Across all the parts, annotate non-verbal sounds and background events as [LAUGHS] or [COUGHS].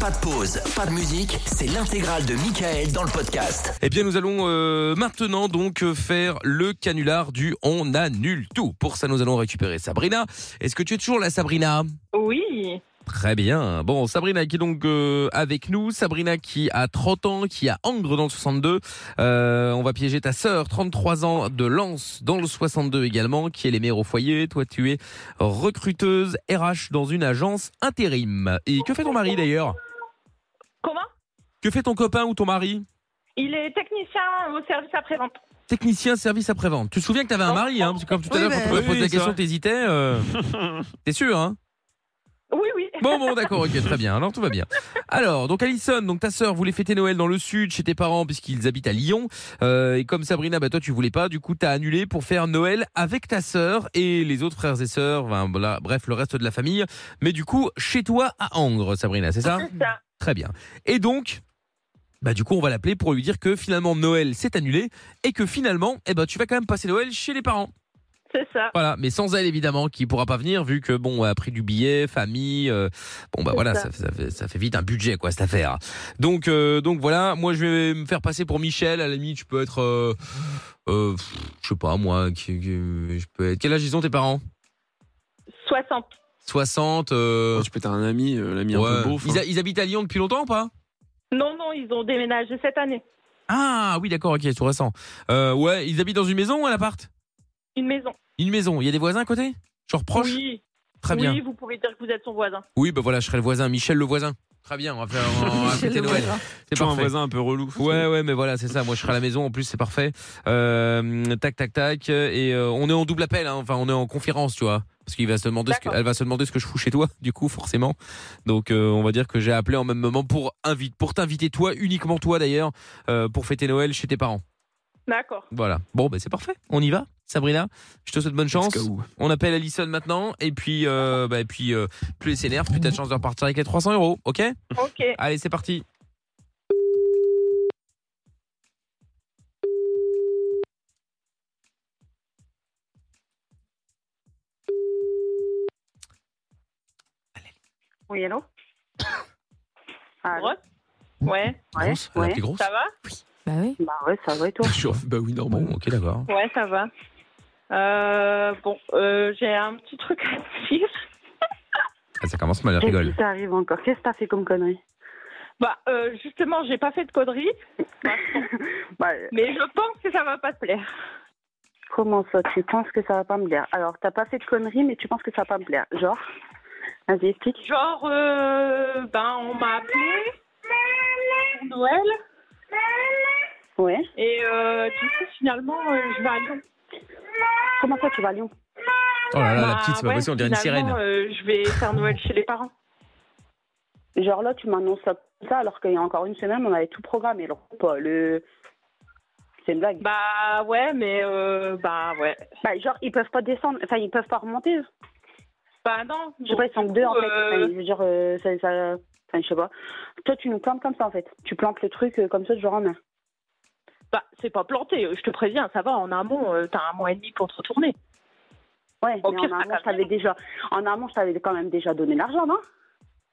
Pas de pause, pas de musique, c'est l'intégrale de Michael dans le podcast. Eh bien, nous allons euh, maintenant donc euh, faire le canular du on annule tout. Pour ça, nous allons récupérer Sabrina. Est-ce que tu es toujours là, Sabrina Oui. Très bien. Bon, Sabrina qui est donc euh, avec nous. Sabrina qui a 30 ans, qui a Angre dans le 62. Euh, on va piéger ta sœur, 33 ans, de Lens dans le 62 également, qui est les mères au foyer. Toi, tu es recruteuse RH dans une agence intérim. Et que fait ton mari d'ailleurs Comment Que fait ton copain ou ton mari Il est technicien au service après-vente. Technicien service après-vente. Tu te souviens que t'avais un mari, hein Parce que comme tout à Oui, l'heure, quand mais- tu m'as oui, posé la c'est question, vrai. t'hésitais. [LAUGHS] euh, T'es sûr, hein Oui, oui. Bon, bon, d'accord, ok, très bien. Alors, tout va bien. Alors, donc, Alison, donc ta sœur voulait fêter Noël dans le sud chez tes parents puisqu'ils habitent à Lyon. Euh, et comme Sabrina, bah, toi, tu voulais pas, du coup, t'as annulé pour faire Noël avec ta sœur et les autres frères et sœurs, enfin, voilà, bref, le reste de la famille. Mais du coup, chez toi à Angres, Sabrina, c'est ça C'est ça. Très bien. Et donc, bah, du coup, on va l'appeler pour lui dire que finalement, Noël s'est annulé et que finalement, eh ben, tu vas quand même passer Noël chez les parents. C'est ça. Voilà, mais sans elle évidemment, qui pourra pas venir vu que bon, a pris du billet, famille, euh, bon bah C'est voilà, ça. ça. ça fait, ça fait vite un budget quoi cette affaire. Donc euh, donc voilà, moi je vais me faire passer pour Michel. À la limite, je peux être, euh, euh, pff, je sais pas moi, qui- qui- je peux être. Quel âge ils ont tes parents 60. 60. euh, Oh, tu peux être un ami, euh, l'ami un ouais. peu beauf. ils, hein. a- ils habitent à Lyon depuis longtemps ou pas Non, non, ils ont déménagé cette année. Ah oui d'accord, ok, tout récent. Euh, ouais, ils habitent dans une maison ou un appart Une maison. Une maison. Il y a des voisins à côté Genre proche Oui. Très bien. Oui, vous pouvez dire que vous êtes son voisin. Oui, bah voilà, je serai le voisin, Michel le voisin. Très bien, on va faire [LAUGHS] on va fêter Noël. C'est Tu vois, un parfait. voisin un peu relou. Ouais, ouais, mais voilà, c'est ça. Moi, je serai à la maison. En plus, c'est parfait. Euh, tac, tac, tac. Et euh, on est en double appel. hein. Enfin, on est en conférence, tu vois. Parce qu'il va se demander, ce que- D'accord. elle va se demander ce que je fous chez toi, du coup, forcément. Donc, euh, on va dire que j'ai appelé en même moment pour invite, pour t'inviter toi, uniquement toi d'ailleurs, euh, pour fêter Noël chez tes parents. D'accord. Voilà. Bon, ben c'est parfait. On y va, Sabrina. Je te souhaite bonne chance. [LAUGHS] Let's go. On appelle Alison maintenant. Et puis, euh, bah, et puis, euh, plus elle s'énerve, plus t'as de chance de repartir avec les 300 euros. Ok Ok. Allez, c'est parti. Oui, allô Grosse Mmh. Ouais. Ah, Ouais, Grosse Elle a ouais. appelé grosse Ça va Bah oui. Bah ouais, ça va et toi Je suis- bah oui, normal. Bon, ok, d'accord. Ouais, ça va. Euh, bon, euh, j'ai un petit truc à te dire. Ah, Ça commence mal, elle Qu'est-ce qui rigole. t'arrive encore Qu'est-ce que t'as fait comme connerie Bah, euh, justement, j'ai pas fait de conneries, Bah, euh, mais je pense que ça va pas te plaire. comment ça Tu penses que ça va pas me plaire Alors, t'as pas fait de conneries, mais tu penses que ça va pas me plaire. Genre Vas-y, explique. Genre, euh, ben, on m'a appelé pour Noël. Ouais. Et euh, du coup, finalement, euh, je vais à Lyon. Comment ça, tu vas à Lyon Oh là là, la Bah, petite, c'est pas ouais, possible, on dirait une finalement, sirène. euh, je vais faire Noël chez les parents. Genre là, tu m'annonces ça comme ça, alors qu'il y a encore une semaine, on avait tout programmé. Le repas, le. C'est une blague. Bah, Bah ouais, mais euh, bah ouais. genre, ils peuvent pas descendre, enfin, ils peuvent pas remonter. Bah non. Je sais pas, ils sont que deux en fait. Enfin, je veux dire, euh, ça, ça- Enfin, je sais pas. Toi, tu nous plantes comme ça en fait. Tu plantes le truc euh, comme ça du jour en main. Bah c'est pas planté, je te préviens, ça va, en amont, euh, t'as un mois et demi pour te retourner. Ouais, Au mais pire, en ça amont, va je t'avais déjà, en amont, je t'avais quand même déjà donné l'argent, non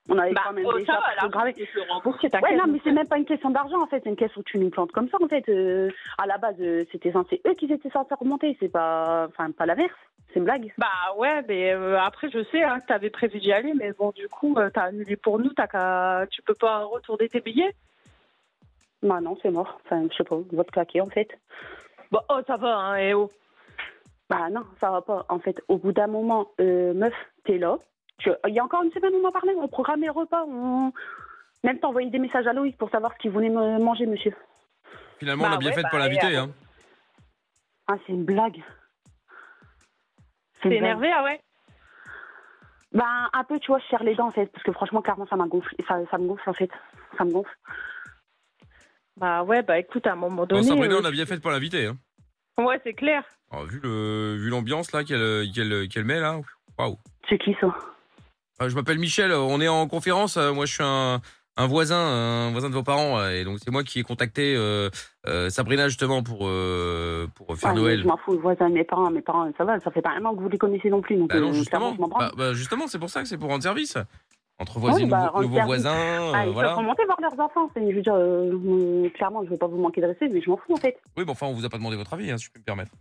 On avait Bah quand même oh, déjà ça va, là, programmé. je le rembourse, c'est Ouais, non, mais c'est même pas une question d'argent en fait, c'est une question que tu nous plantes comme ça en fait. Euh, à la base, euh, c'était censé eux qui étaient censés remonter, c'est pas, enfin, pas l'inverse. C'est une blague. Bah ouais, mais euh, après je sais hein, que t'avais prévu d'y aller, mais bon du coup euh, t'as annulé pour nous, t'as qu'à... tu peux pas retourner tes billets. Bah non, c'est mort. Enfin, je sais pas, on va te claquer en fait. Bah oh ça va, hein, eh oh. Bah non, ça va pas. En fait, au bout d'un moment, euh, meuf, t'es là. Tu- Il y a encore une semaine, on en parlait, on programmait le repas, on. Même t'as envoyé des messages à Loïc pour savoir ce qu'il voulait me- manger, monsieur. Finalement, on Bah a bien ouais, fait de pas bah, l'inviter. et, Hein. Ah, c'est une blague. C'est T'es une blague. énervé, ah ouais Bah un peu, tu vois, je serre les dents en fait, parce que franchement, clairement, ça m'a gonflé, ça, ça me gonfle en fait, ça me gonfle. Bah ouais, bah écoute, à un moment Bon, donné... Sabrina, euh, on a bien fait de pas l'inviter. Hein. Ouais, c'est clair. Alors, vu le- vu l'ambiance là qu'elle qu'elle qu'elle met là. Waouh. C'est qui ça Euh, Je m'appelle Michel. euh, On est en conférence. euh, Moi, je suis un un voisin, un voisin de vos parents. euh, Et donc, c'est moi qui ai contacté euh, euh, Sabrina justement pour euh, pour faire Ah, mais Noël. Je m'en fous, voisin, mes parents, mes parents, ça va, ça fait pas un an que vous les connaissez non plus, donc Bah euh, non, clairement, justement. je m'en branle. Bah, bah, justement, c'est pour ça que c'est pour rendre service. entre voisins, Oui, bah, nouveaux, rendre nouveaux service. voisins, Ah, euh, ils voilà. peuvent remonter voir leurs enfants. c'est- Je veux dire, euh, euh, clairement, je ne vais pas vous manquer de respect, mais je m'en fous en fait. Oui, mais enfin, on vous a pas demandé votre avis, hein, si je peux me permettre.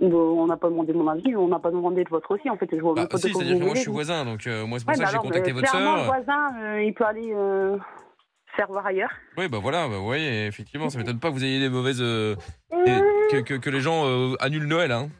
Bon, on n'a pas demandé mon avis, on n'a pas demandé le vôtre aussi. En fait, je vois Bah, même pas de si, quoi c'est-à-dire vous que moi, je voulez, suis vous. voisin, donc euh, moi, c'est pour Ouais, ça bah que j'ai alors, contacté euh, votre clairement, le sœur. voisin, euh, il peut aller euh, faire voir ailleurs. Oui, bah voilà, bah, vous voyez, effectivement, Mm-hmm. ça m'étonne pas que vous ayez des mauvaises. euh, des- que, que- que les gens euh, annulent Noël, hein.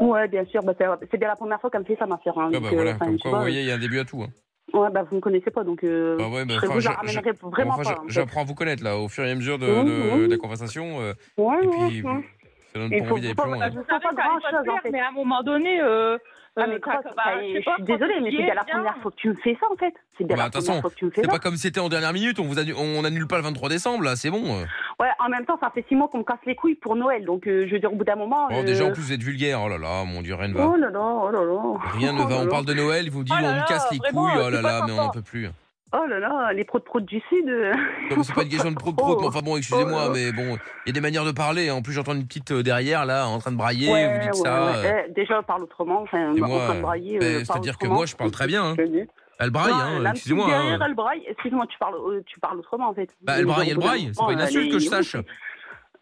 Ouais, bien sûr. Bah, c'est c'est bien la première fois qu'elle me fait ça, ma sœur. hein, Ah, donc, bah euh, voilà, enfin, comme quoi, je sais vous pas, voyez, il y a un début à tout. hein. Ouais, bah, vous me connaissez pas, donc euh, Bah ouais, bah, je enfin, vous en je- ramènerai vraiment Enfin, pas. je- hein, Mmh, en fait. j'apprends à vous connaître, là, au fur et à mesure de, Oui, de- oui. de la conversation. euh, Ouais, et ouais, puis, ouais. ça donne Il pas Mmh, faut envie d'aller pas- plus loin. hein. Bah, Vous savez, pas ça allait grand-chose, te plaire, en fait. Mais à un moment donné, euh, Ah, euh, mais t'as- quoi, bah, ça y je est, sais je pas, suis désolée, mais c'est viens, bien la viens. première fois que tu me fais ça, en fait. C'est bien Bah, la de toute première façon, fois que tu me fais C'est ça. pas comme si c'était en dernière minute, on, vous annu- on annule pas le 23 décembre, là, c'est bon. euh. Ouais, en même temps, ça fait six mois qu'on me casse les couilles pour Noël, donc euh, je veux dire, au bout d'un moment. Oh, euh, déjà, en plus, vous êtes vulgaire, oh là là, mon dieu, rien ne va. Oh là là, oh là là. Rien ne Oh va, là on là. parle de Noël, vous me dites Oh là on me là, casse les vraiment, couilles, oh c'est là pas là, mais on n'en sympa. peut plus. Oh là là, les proutes-proutes du Sud. euh. Non, mais c'est pas une question de pro pro, Oh. mais enfin bon, excusez-moi, Oh. mais bon, il y a des manières de parler. En plus, j'entends une petite euh, derrière, là, en train de brailler, Ouais, vous dites ouais, ça. ouais. euh, Eh, déjà, parle autrement. Enfin, Et bah, moi, on peut me brailler, ben, euh, parle c'est-à-dire que autrement. moi, je parle très bien, hein. Je te dis. Elle braille, Non, hein, la petite excusez-moi. hein. Derrière, elle braille. Excuse-moi, tu parles, euh, tu parles autrement en fait. Bah, elle braille, elle braille, c'est pas une Euh, insulte que je les- sache.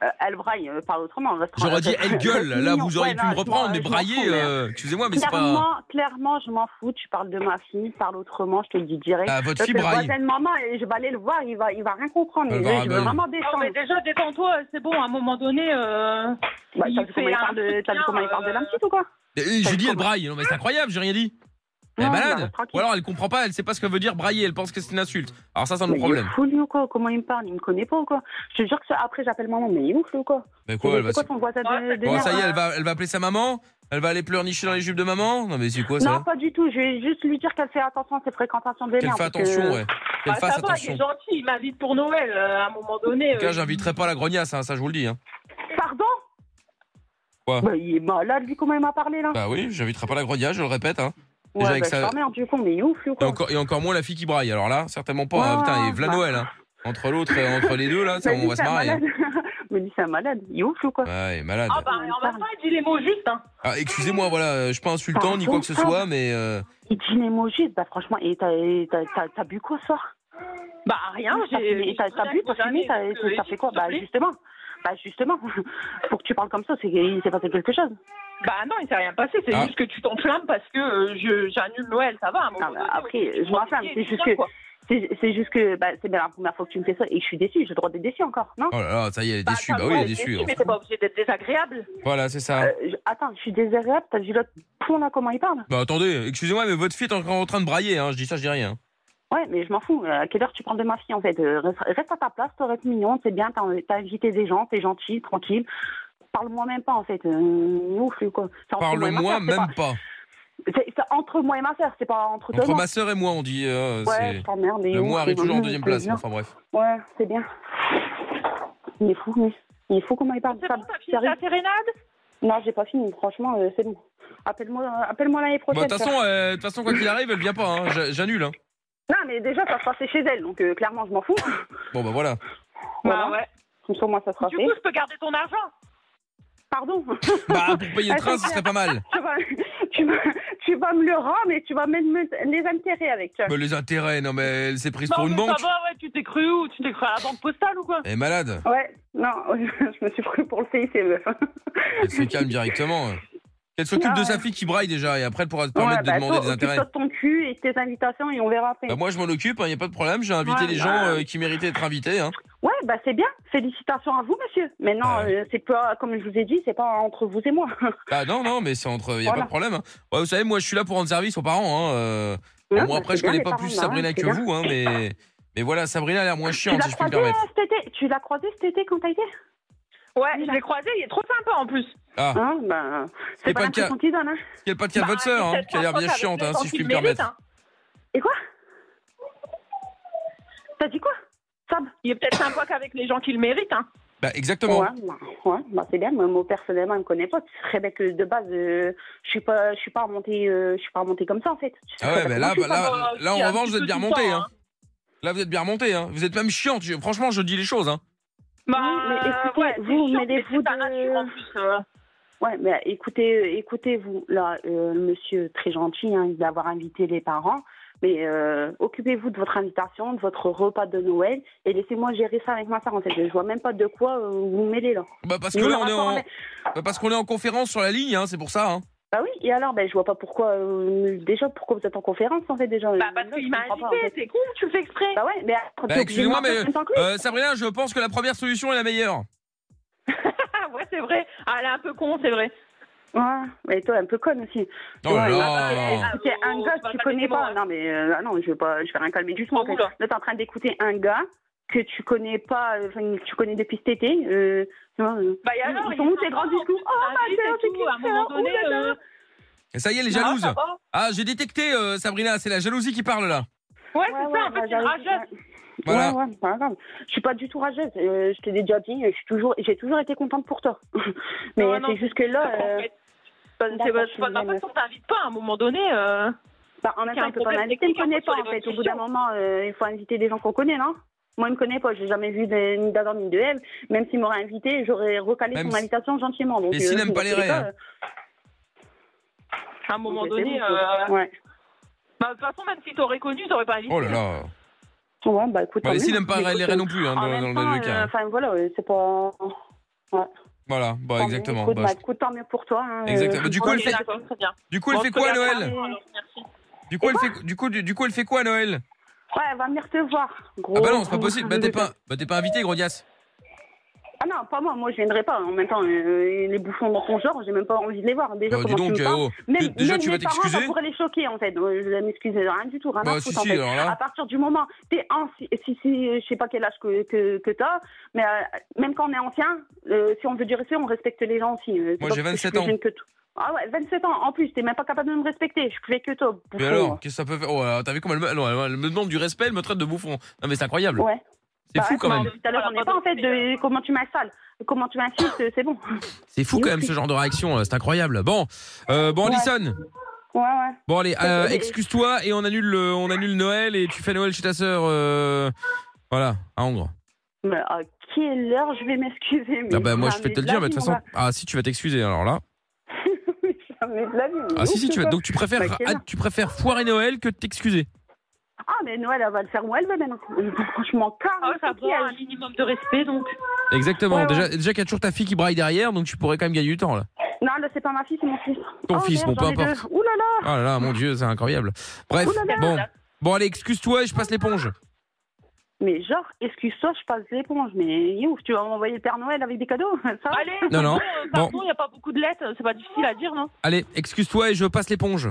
Euh, elle braille, euh, parle autrement. reste- J'aurais dit elle gueule, là, vous auriez Ouais, pu non, me je reprendre, m'en- mais je m'en fous, brailler, mais- euh, excusez-moi, mais c'est pas. Clairement, clairement, je m'en fous. Tu parles de ma fille, parle autrement, je te le dis direct. Euh, Ah, votre Parce fille que le braille. Ah, voisin de maman, et je vais aller le voir, il va, il va rien comprendre. Elle mais va je ramener. veux vraiment Non, mais descendre. déjà, détends-toi, c'est bon, à un moment donné. euh, Bah, il T'as vu comment fait il un parle de, t'as vu soutien, comment il parle de la euh, petite ou quoi Eh, eh, J'ai dit elle braille, non mais c'est incroyable, j'ai rien dit. Elle est Non, malade. bah, tranquille. Ou alors elle comprend pas, elle sait pas ce que veut dire brailler, elle pense que c'est une insulte. Alors ça, c'est un Mais autre il est problème. fou lui ou quoi Comment il me parle Il me connaît pas ou quoi Je te jure que ça- après j'appelle maman, mais il est ouf lui ou quoi Mais Mais quoi, elle va C'est quoi se- ton voisin de, Ouais, de Bon, merde, ça y est, hein elle va, elle va appeler sa maman, elle va aller pleurnicher dans les jupes de maman. Non mais c'est quoi Non, ça pas du tout. Je vais juste lui dire qu'elle fait attention à ses fréquentations de Qu'elle merde, fait parce que- attention, ouais. Qu'elle bah, fasse ça va, il attention. est gentil, il m'invite pour Noël, euh, à un moment donné. En tout cas, euh, j'inviterai pas la grognasse, hein, ça je vous le dis. Hein. Pardon Quoi Bah, il est malade, lui, comment il m'a parlé, là Bah oui, j'inviterai pas la grognasse, je le répète. Hein. Ouais, avec bah, ça- je t'emmerde, du coup, mais il est ouf, lui, Et, quoi. encore, et encore moins la fille qui braille. Alors là, certainement pas. hein. Ouais, Putain, et Vla bah. Noël. Hein. Entre l'autre, et entre les deux, là, ça, Mais lui, on va se Bah, c'est un marier. malade. [LAUGHS] Mais lui, c'est un malade, il est ouf, lui, quoi. Ouais, il est malade. Ah, bah, en même temps, il dit les mots justes. Hein. Ah, excusez-moi, voilà, euh, je suis pas insultant ni quoi que ce soit, mais euh, Il dit les mots justes, bah, franchement, et t'as- et t'as t'as- t'as bu quoi, ce soir Bah, rien, T'as fumé- j'ai. T'as t'as bu, t'as fumé, t'as t'as- t'as fait quoi Bah, justement. Bah, justement. [LAUGHS] Pour que tu parles comme ça, c'est qu'il s'est passé quelque chose. Bah non, il s'est rien passé, c'est Ah. juste que tu t'enflammes parce que euh, je- j'annule Noël, ça va. à un moment Ah, bah, donné, après, oui, tu je prends m'enflamme, des c'est billets, juste tout ça, que- quoi. C'est c'est juste que, bah, c'est bien la première fois que tu me fais ça, et je suis déçue, j'ai le droit d'être déçue encore, non oh là là, ça y est, elle est Bah, déçue. t'as Bah le oui, droit elle est d'être déçue. déçu, Mais t'es pas obligé d'être désagréable. Voilà, c'est ça. Euh, je- Attends, je suis désagréable, t'as vu l'autre point, là, comment il parle Bah attendez, excusez-moi, mais votre fille est encore en train de brailler, hein. je dis ça, je dis rien. Ouais, mais je m'en fous. Euh, À quelle heure tu parles de ma fille, en fait Euh, reste, reste à ta place, t'aurais été mignon, c'est bien, t'as t'as invité des gens, t'es gentil, tranquille. Parle-moi même pas, en fait. Euh, ouf, lui, quoi. C'est entre moi et ma Parle-moi sœur, c'est même pas. pas- C'est c'est entre moi et ma sœur, c'est pas entre deux. Entre ma sœur et moi, on dit. euh, Ouais, je c'est- t'emmerde. et Le ouf, moi arrive et toujours en bon, deuxième c'est place, bien. enfin bref. Ouais, c'est bien. Il est fou, lui. Il est fou comment il parle. C'est ça, bon, t'as fini sérieux. ta sérénade Non, j'ai pas fini, franchement, euh, c'est bon. Appelle-moi appelle l'année Bah, prochaine. De toute frère. façon, euh, de toute façon, quoi qu'il arrive, elle vient pas, hein. J'a- j'annule. Hein. Non, mais déjà, ça sera fait chez elle, donc euh, clairement, je m'en fous. Bon bah voilà. Voilà. Bah ouais. Comme ça, au moins, ça sera Du fait. coup, je peux garder ton argent. Pardon. [LAUGHS] Bah pour payer le train, ce serait pas mal. tu vas, tu vas, tu vas me le rendre et tu vas même me les intéresser avec. tu vois. Bah, les intérêts, non mais elle s'est prise Non, pour une mais banque. Ça va, ouais, tu t'es cru où Tu t'es cru à la banque postale ou quoi Elle est malade. Ouais, non, [LAUGHS] je me suis pris pour le E. CIC, meuf. Elle se calme directement. Qu'elle s'occupe Ah, de sa ouais. fille qui braille déjà, et après elle pourra se Ouais, permettre bah, de demander toi, des intérêts. occupe-toi de ton cul et de tes invitations et on verra après. Bah, moi je m'en occupe, il n'y a pas de problème, j'ai invité Ouais, les bah. gens euh, qui méritaient d'être invités. Hein. Ouais, bah c'est bien. Félicitations à vous, monsieur. Maintenant, Ah ouais. euh, c'est pas, comme je vous ai dit, c'est pas entre vous et moi. Bah non, non, mais c'est entre. Il n'y a pas Voilà. de problème. hein. Ouais, vous savez, moi, je suis là pour rendre service aux parents. Hein. euh. Bon, Ouais, moi, bah, après, c'est je bien, connais les pas parents, plus bah, Sabrina ouais, que c'est bien. vous, hein, mais. Mais voilà, Sabrina a l'air moins Tu chiante, l'as si je puis me croisé permettre. euh, cet été Tu l'as croisé cet été quand t'as été Ouais, je l'ai croisé, il est trop sympa en plus. Ah, Hein, bah, C'est c'est pas pas le cas. l'impression qu'ils donnent. Hein. quelle pas de cas Bah, votre sœur, hein, cette qui a l'air bien rencontre avec chiante, lui, hein, tant si je qu'il puis me mérite, permettre. hein. Et quoi T'as dit quoi Sab Il est peut-être sympa qu'avec les gens qu'il mérite. Hein. Bah, exactement. Ouais, bah, ouais, bah, c'est bien. Moi, moi, personnellement, elle me connaît pas. Tu serais bien que de base, euh, je suis pas, je suis pas remontée, euh, je suis pas remontée comme ça en fait. Tu Ah serais ouais, mais bien que là, moi, je bah, suis pas- là, euh, là, en qui a revanche, un vous êtes petit bien peu de remonté. temps, Hein. Là, vous êtes bien remonté. Hein. Vous êtes même chiante. je- Franchement, je dis les choses. Hein. Bah, mais écoutez, ouais, c'est vous, chiant, mêlez-vous mais c'est ta de- nature, en plus, euh. Ouais, ben, mais euh, écoutez, écoutez vous, là, euh, le monsieur très gentil, hein, il va avoir invité les parents. Mais euh, occupez-vous de votre invitation, de votre repas de Noël, et laissez-moi gérer ça avec ma soeur. En fait, je vois même pas de quoi euh, vous mêler là. Bah parce Nous, que là, le on est rapport en, avec- bah, parce qu'on est en conférence sur la ligne, hein, c'est pour ça. hein. Bah oui. Et alors, ben je vois pas pourquoi. euh, déjà, pourquoi vous êtes en conférence en fait déjà Bah, parce Là, je qu'il m'a comprends pas, en invité, fait. c'est con, tu le fais exprès. Bah ouais, mais attends, Bah, t'es obligé de excusez-moi, marcher mais- en même temps que lui. Euh, Sabrina, je pense que la première solution est la meilleure. Ah, ouais, c'est vrai. Ah, elle est un peu con, c'est vrai. Ouais, mais toi, un peu conne aussi. Oh là Ouais, là. C'est Oh, un gars que tu connais pas. Non, mais euh, ah non, je vais pas, je vais rien calmer du tout. en fait. Oula. Là, t'es en train d'écouter un gars que tu connais pas, euh, enfin, que tu connais depuis cet été. Euh, tu vois, euh, Bah, et alors, Ils sont il où est tes sympa, grands discours en plus, Oh, ma sœur, invite et t'es tout, à un moment qui, donné, sœur Oh, euh, Et ça y est, les non, jalouses. ça va. Ah, j'ai détecté, euh, Sabrina, c'est la jalousie qui parle là. Ouais, Ouais, c'est ouais, ça, en fait, bah, c'est une j'arrive- rageuse. Voilà. Ouais, ouais, c'est pas grave. Je suis pas du tout rageuse. euh, je te l'ai déjà dit. Je suis toujours, j'ai toujours été contente pour toi. [LAUGHS] mais Non, non, c'est juste que là, En euh, fait, c'est pas- c'est d'accord, pas- je c'est pas de ma faute suis qu'on t'invite pas à un moment donné. euh. bah, en même qu'il y a temps, un il peut pas problème m'inviter. Il me technique, en connaît fait, sur les pas en fait. Au bout conditions. d'un moment, euh, il faut inviter des gens qu'on connaît, non moi, il me connaît pas, j'ai jamais vu de- ni d'Adam ni de Ève. Même s'il m'aurait invité, j'aurais recalé Même son si- invitation gentiment. Donc, Et s'il euh, aime dans pas tous les raies, cas, hein. euh, À un moment donc, donné, c'est bon, euh, quoi. Ouais. bah, de toute façon, même si t'aurais connu, t'aurais pas invité. Oh là là. Bon, bah écoute. Bah, tant et s'il mieux. n'aime pas Ah Écoute, les raies non plus, hein, en dans, même dans les deux temps, cas. euh, Enfin, voilà, euh, c'est pas. Voilà, bah tant exactement. mieux, Écoute, Bah, bah, écoute, tant mieux pour toi. hein, Exactement. euh, Bah, du Ok, coup, elle fait- d'accord, très bien. Du coup, elle Bon, fait je quoi à te garde Noël à Noël, alors, merci. Du coup, elle fait du coup du, du coup elle fait quoi à Noël Ouais, elle va venir te voir. Gros, Ah bah non, c'est pas gros, possible. Bah gros, t'es gros. pas bah t'es pas invité, Grognasse. Ah non, pas moi, moi je viendrai pas. En même temps, euh, les bouffons dans ton genre, j'ai même pas envie de les voir. Déjà, Bah, dis comment donc, tu me euh, parles oh. Même, Tu- déjà même tu vas mes parents, t'excuser. ça pourrait les choquer en fait. Euh, Je vais m'excuser, rien du tout, rien Bah à si foutre en si fait. alors À là. partir du moment, t'es ancien, si, si, euh, je sais pas quel âge que, que, que t'as, mais euh, même quand on est ancien, euh, si on veut du respect, on respecte les gens aussi. Euh, c'est Moi, pas j'ai parce que je suis 27 ans. plus jeune que toi. ah ouais, 27 ans, en plus, t'es même pas capable de me respecter, je suis plus vieille que toi. Mais bouffon. alors, qu'est-ce que ça peut faire Oh, alors, t'as vu comment elle me... non, elle- elle me demande du respect, elle me traite de bouffon. Non mais c'est incroyable. Ouais. C'est Bah, fou quand attends, même. Tout à l'heure, on n'est pas en fait hein. de comment tu m'installes, comment tu m'insultes, euh, c'est bon. C'est fou quand même ce genre de réaction, là, c'est incroyable. Bon, euh, bon Ouais. Alison. [COUGHS] Ouais, ouais. Bon allez, euh, Et- excuse-toi et on annule le- on annule Noël et tu fais Noël chez ta sœur euh, voilà, à Angre. Mais à quelle heure je vais m'excuser mais Ah bah moi je jamais vais te le la dire mais de vie, toute mon façon, gars. [LAUGHS] ah si tu vas t'excuser alors là. Jamais de la vie, mais Ah si ouf, si tu vas ça. donc tu préfères Bah, quelle ah, heure tu préfères foirer Noël que de t'excuser. Ah, mais Noël, elle va le faire où elle veut maintenant. Franchement, carrément. Ah ouais, ça prend un minimum de respect, donc. Exactement. Ouais, ouais. Déjà, déjà qu'il y a toujours ta fille qui braille derrière, donc tu pourrais quand même gagner du temps là. Non, là, c'est pas ma fille, c'est mon fils. Ton Oh, fils, merde, bon, peu j'en ai deux. importe. Ouh là là, Oh là là, mon dieu, c'est incroyable. Bref, Ouh là là. bon, bon, allez, excuse-toi et je passe l'éponge. Mais genre, excuse-toi, je passe l'éponge. Mais il est ouf, tu vas m'envoyer le Père Noël avec des cadeaux [LAUGHS] Ça va Allez, Non, non. euh, Bon. pardon, il n'y a pas beaucoup de lettres, c'est pas difficile à dire, non Allez, excuse-toi et je passe l'éponge.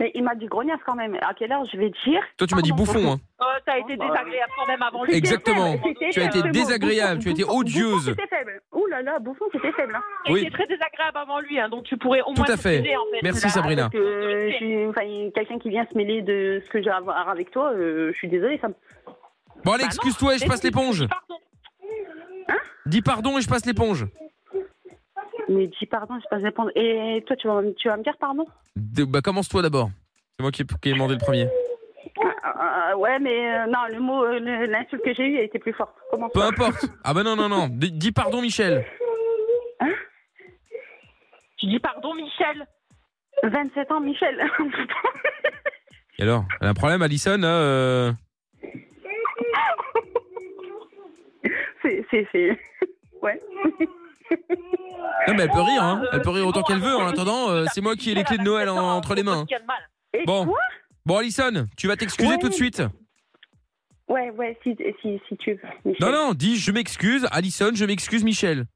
Mais il m'a dit grognasse quand même. À quelle heure je vais dire Ah, Toi, tu m'as dit Pardon, bouffon. Hein. euh, T'as été bah, désagréable quand même avant le C'était Exactement. faible, c'était Tu as été faible, c'est bon. désagréable, tu as été Bouffon, odieuse. Bouffon, c'était faible. Ouh là là, bouffon, c'était faible. hein. T'as Oui. été très désagréable avant lui, hein, donc tu pourrais au Tout moins. à fait. t'excuser, en fait. Merci, Là, Sabrina. avec, Euh, euh, je j'ai- suis- enfin, quelqu'un qui vient se mêler de ce que j'ai à voir avec toi, euh, je suis désolée, ça me... Bon, allez, Bah non, excuse-toi et je passe l'éponge. Pardon. Dis pardon et je passe l'éponge. Mais dis pardon, je passe répondre. Et toi, tu vas, tu vas me dire pardon De- bah, commence-toi d'abord. C'est moi qui, qui ai demandé le premier. Ah, ah, Ouais, mais euh, non, le mot, euh, le- l'insulte que j'ai eue, elle était plus forte. Comment Peu ça importe. Ah bah non, non, non. D- Dis pardon, Michel. Je dis pardon, Michel. 27 ans, Michel. [LAUGHS] Et alors Elle a un problème, Alison euh... c'est, c'est, c'est... [LAUGHS] Ouais. Non, mais elle peut rire, hein. Euh, Elle peut rire c'est autant bon, qu'elle veut. En euh, attendant, euh, c'est moi qui ai les clés de Noël en- entre les mains. Il y a de mal. Et Bon. quoi Bon, Alison, tu vas t'excuser Ouais. tout de suite. Ouais, ouais, si, si, si tu veux, Michel. Non, non, dis je m'excuse, Alison, je m'excuse, Michel.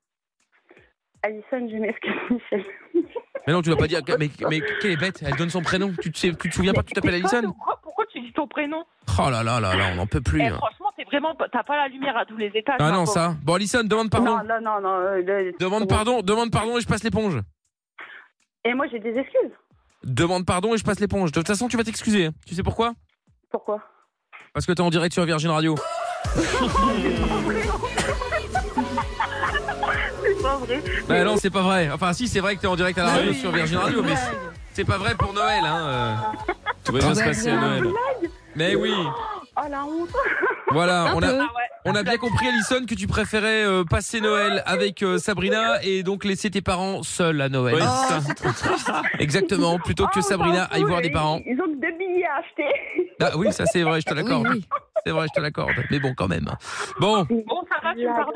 Alison, je m'excuse, Michel. Mais non, tu dois pas dire. Mais, mais quelle est bête, elle donne son prénom. Tu te, sais- tu te souviens pas que tu t'appelles Pourquoi Alison tu- Pourquoi tu dis ton prénom Oh là là là là, on n'en peut plus. Eh, hein. Franchement, t'es vraiment, pas- t'as pas la lumière à tous les étages. Ah ma non, pauvre. ça. Bon, Alison, demande pardon. Non, non, non, non. euh, le- Demande pardon, demande pardon et je passe l'éponge. Et moi, j'ai des excuses. Demande pardon et je passe l'éponge. De toute façon, tu vas t'excuser. hein. Tu sais pourquoi Pourquoi Parce que t'es en direct sur Virgin Radio. C'est pas vrai. Bah non, c'est pas vrai. Enfin, si, c'est vrai que t'es en direct Ah à la radio sur Virgin Radio, mais c'est- c'est pas vrai pour Noël, hein. euh. Tout va bien se passer à Noël. Mais oui. Oh la honte. Voilà, Un on peu. a, Ah ouais. On a bien compris, Alison, que tu préférais euh, passer Noël avec euh, Sabrina et donc laisser tes parents seuls à Noël. Ouais, [LAUGHS] Exactement, plutôt que Ah, on Sabrina s'en Oh, aille voir fout, des parents. [LAUGHS] Ils ils ont deux billets à acheter. Ah oui, ça c'est vrai, je te l'accorde. Oui, C'est vrai, je te l'accorde. Mais bon, quand même. Bon, Bon, Sarah, tu me pardonnes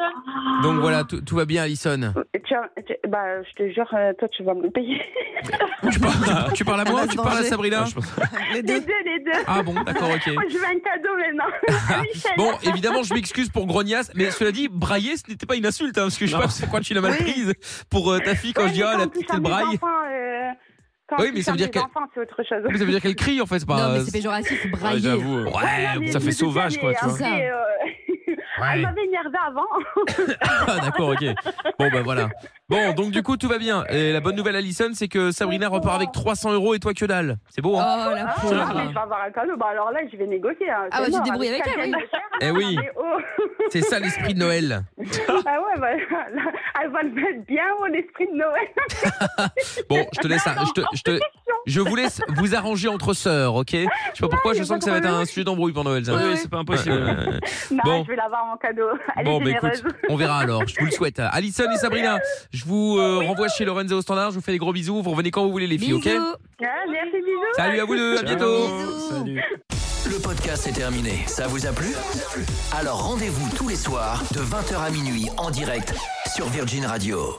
donc voilà, tout, tout va bien, Alison. Tiens, tiens, bah, je te jure, euh, toi, tu vas me le payer. Tu parles, tu parles à moi ou tu parles à Sabrina oui. [LAUGHS] Les Les deux. deux, les deux. Ah bon, d'accord, ok. Moi, je veux un [LAUGHS] cadeau maintenant. Michel. Bon, évidemment, je m'excuse pour Grognasse, mais cela dit, brailler, ce n'était pas une insulte, hein, parce que je sais pas pourquoi tu l'as mal Oui. prise pour euh, ta fille quand Ouais, je dis mais ah, la on touche petite à elle mes braille. enfants, euh, quand Oui, on mais ça touche veut dire à mes qu'elle- enfants, c'est autre [LAUGHS] chose. Mais ça veut dire qu'elle crie en fait, c'est pas. Non, mais c'est péjoratif, Ouais, brailler. J'avoue. euh, Non, Ouais, mais ça je fait me sauvage, souviens, quoi, mais tu vois. après, euh, [LAUGHS] Elle m'avait énervé avant. Ah, d'accord, ok. Bon, bah voilà. Bon, donc du coup, tout va bien. Et la bonne nouvelle, Alison, c'est que Sabrina repart avec 300 euros et toi que dalle. [LAUGHS] C'est beau, Oh hein la Ah, Tiens. non, mais je vais pauvre. avoir un cadeau. Bah, alors là, je vais négocier. hein. Ah, C'est bah, tu te mort, débrouilles avec ça, elle, Eh oui. oui, [LAUGHS] Mais [LAUGHS] oh. c'est ça l'esprit de Noël. Ah ouais, bah, là, elle va le mettre bien, mon esprit de Noël. [LAUGHS] Bon, je te laisse. un- je, te, je, te- je vous laisse vous arranger entre sœurs, ok Je sais pas pourquoi, Ouais, je y a sens pas que ça va de être un sujet d'embrouille pour Noël. ça. Oui, oui, c'est pas Ouais, impossible. ouais, ouais, ouais. Non, Bon. je vais l'avoir en cadeau. Elle Bon, est bah écoute, généreuse. on verra alors. Je vous le souhaite. Alison et Sabrina, je vous euh, renvoie chez Lorenzo au standard. Je vous fais des gros bisous. Vous revenez quand vous voulez, les filles, ok Bisous. Ah, merci, bisous. Salut à vous deux, à Ciao. bientôt. Bisous. Salut. Le podcast est terminé. Ça vous a plu Alors rendez-vous tous les soirs de 20h à minuit en direct sur Virgin Radio.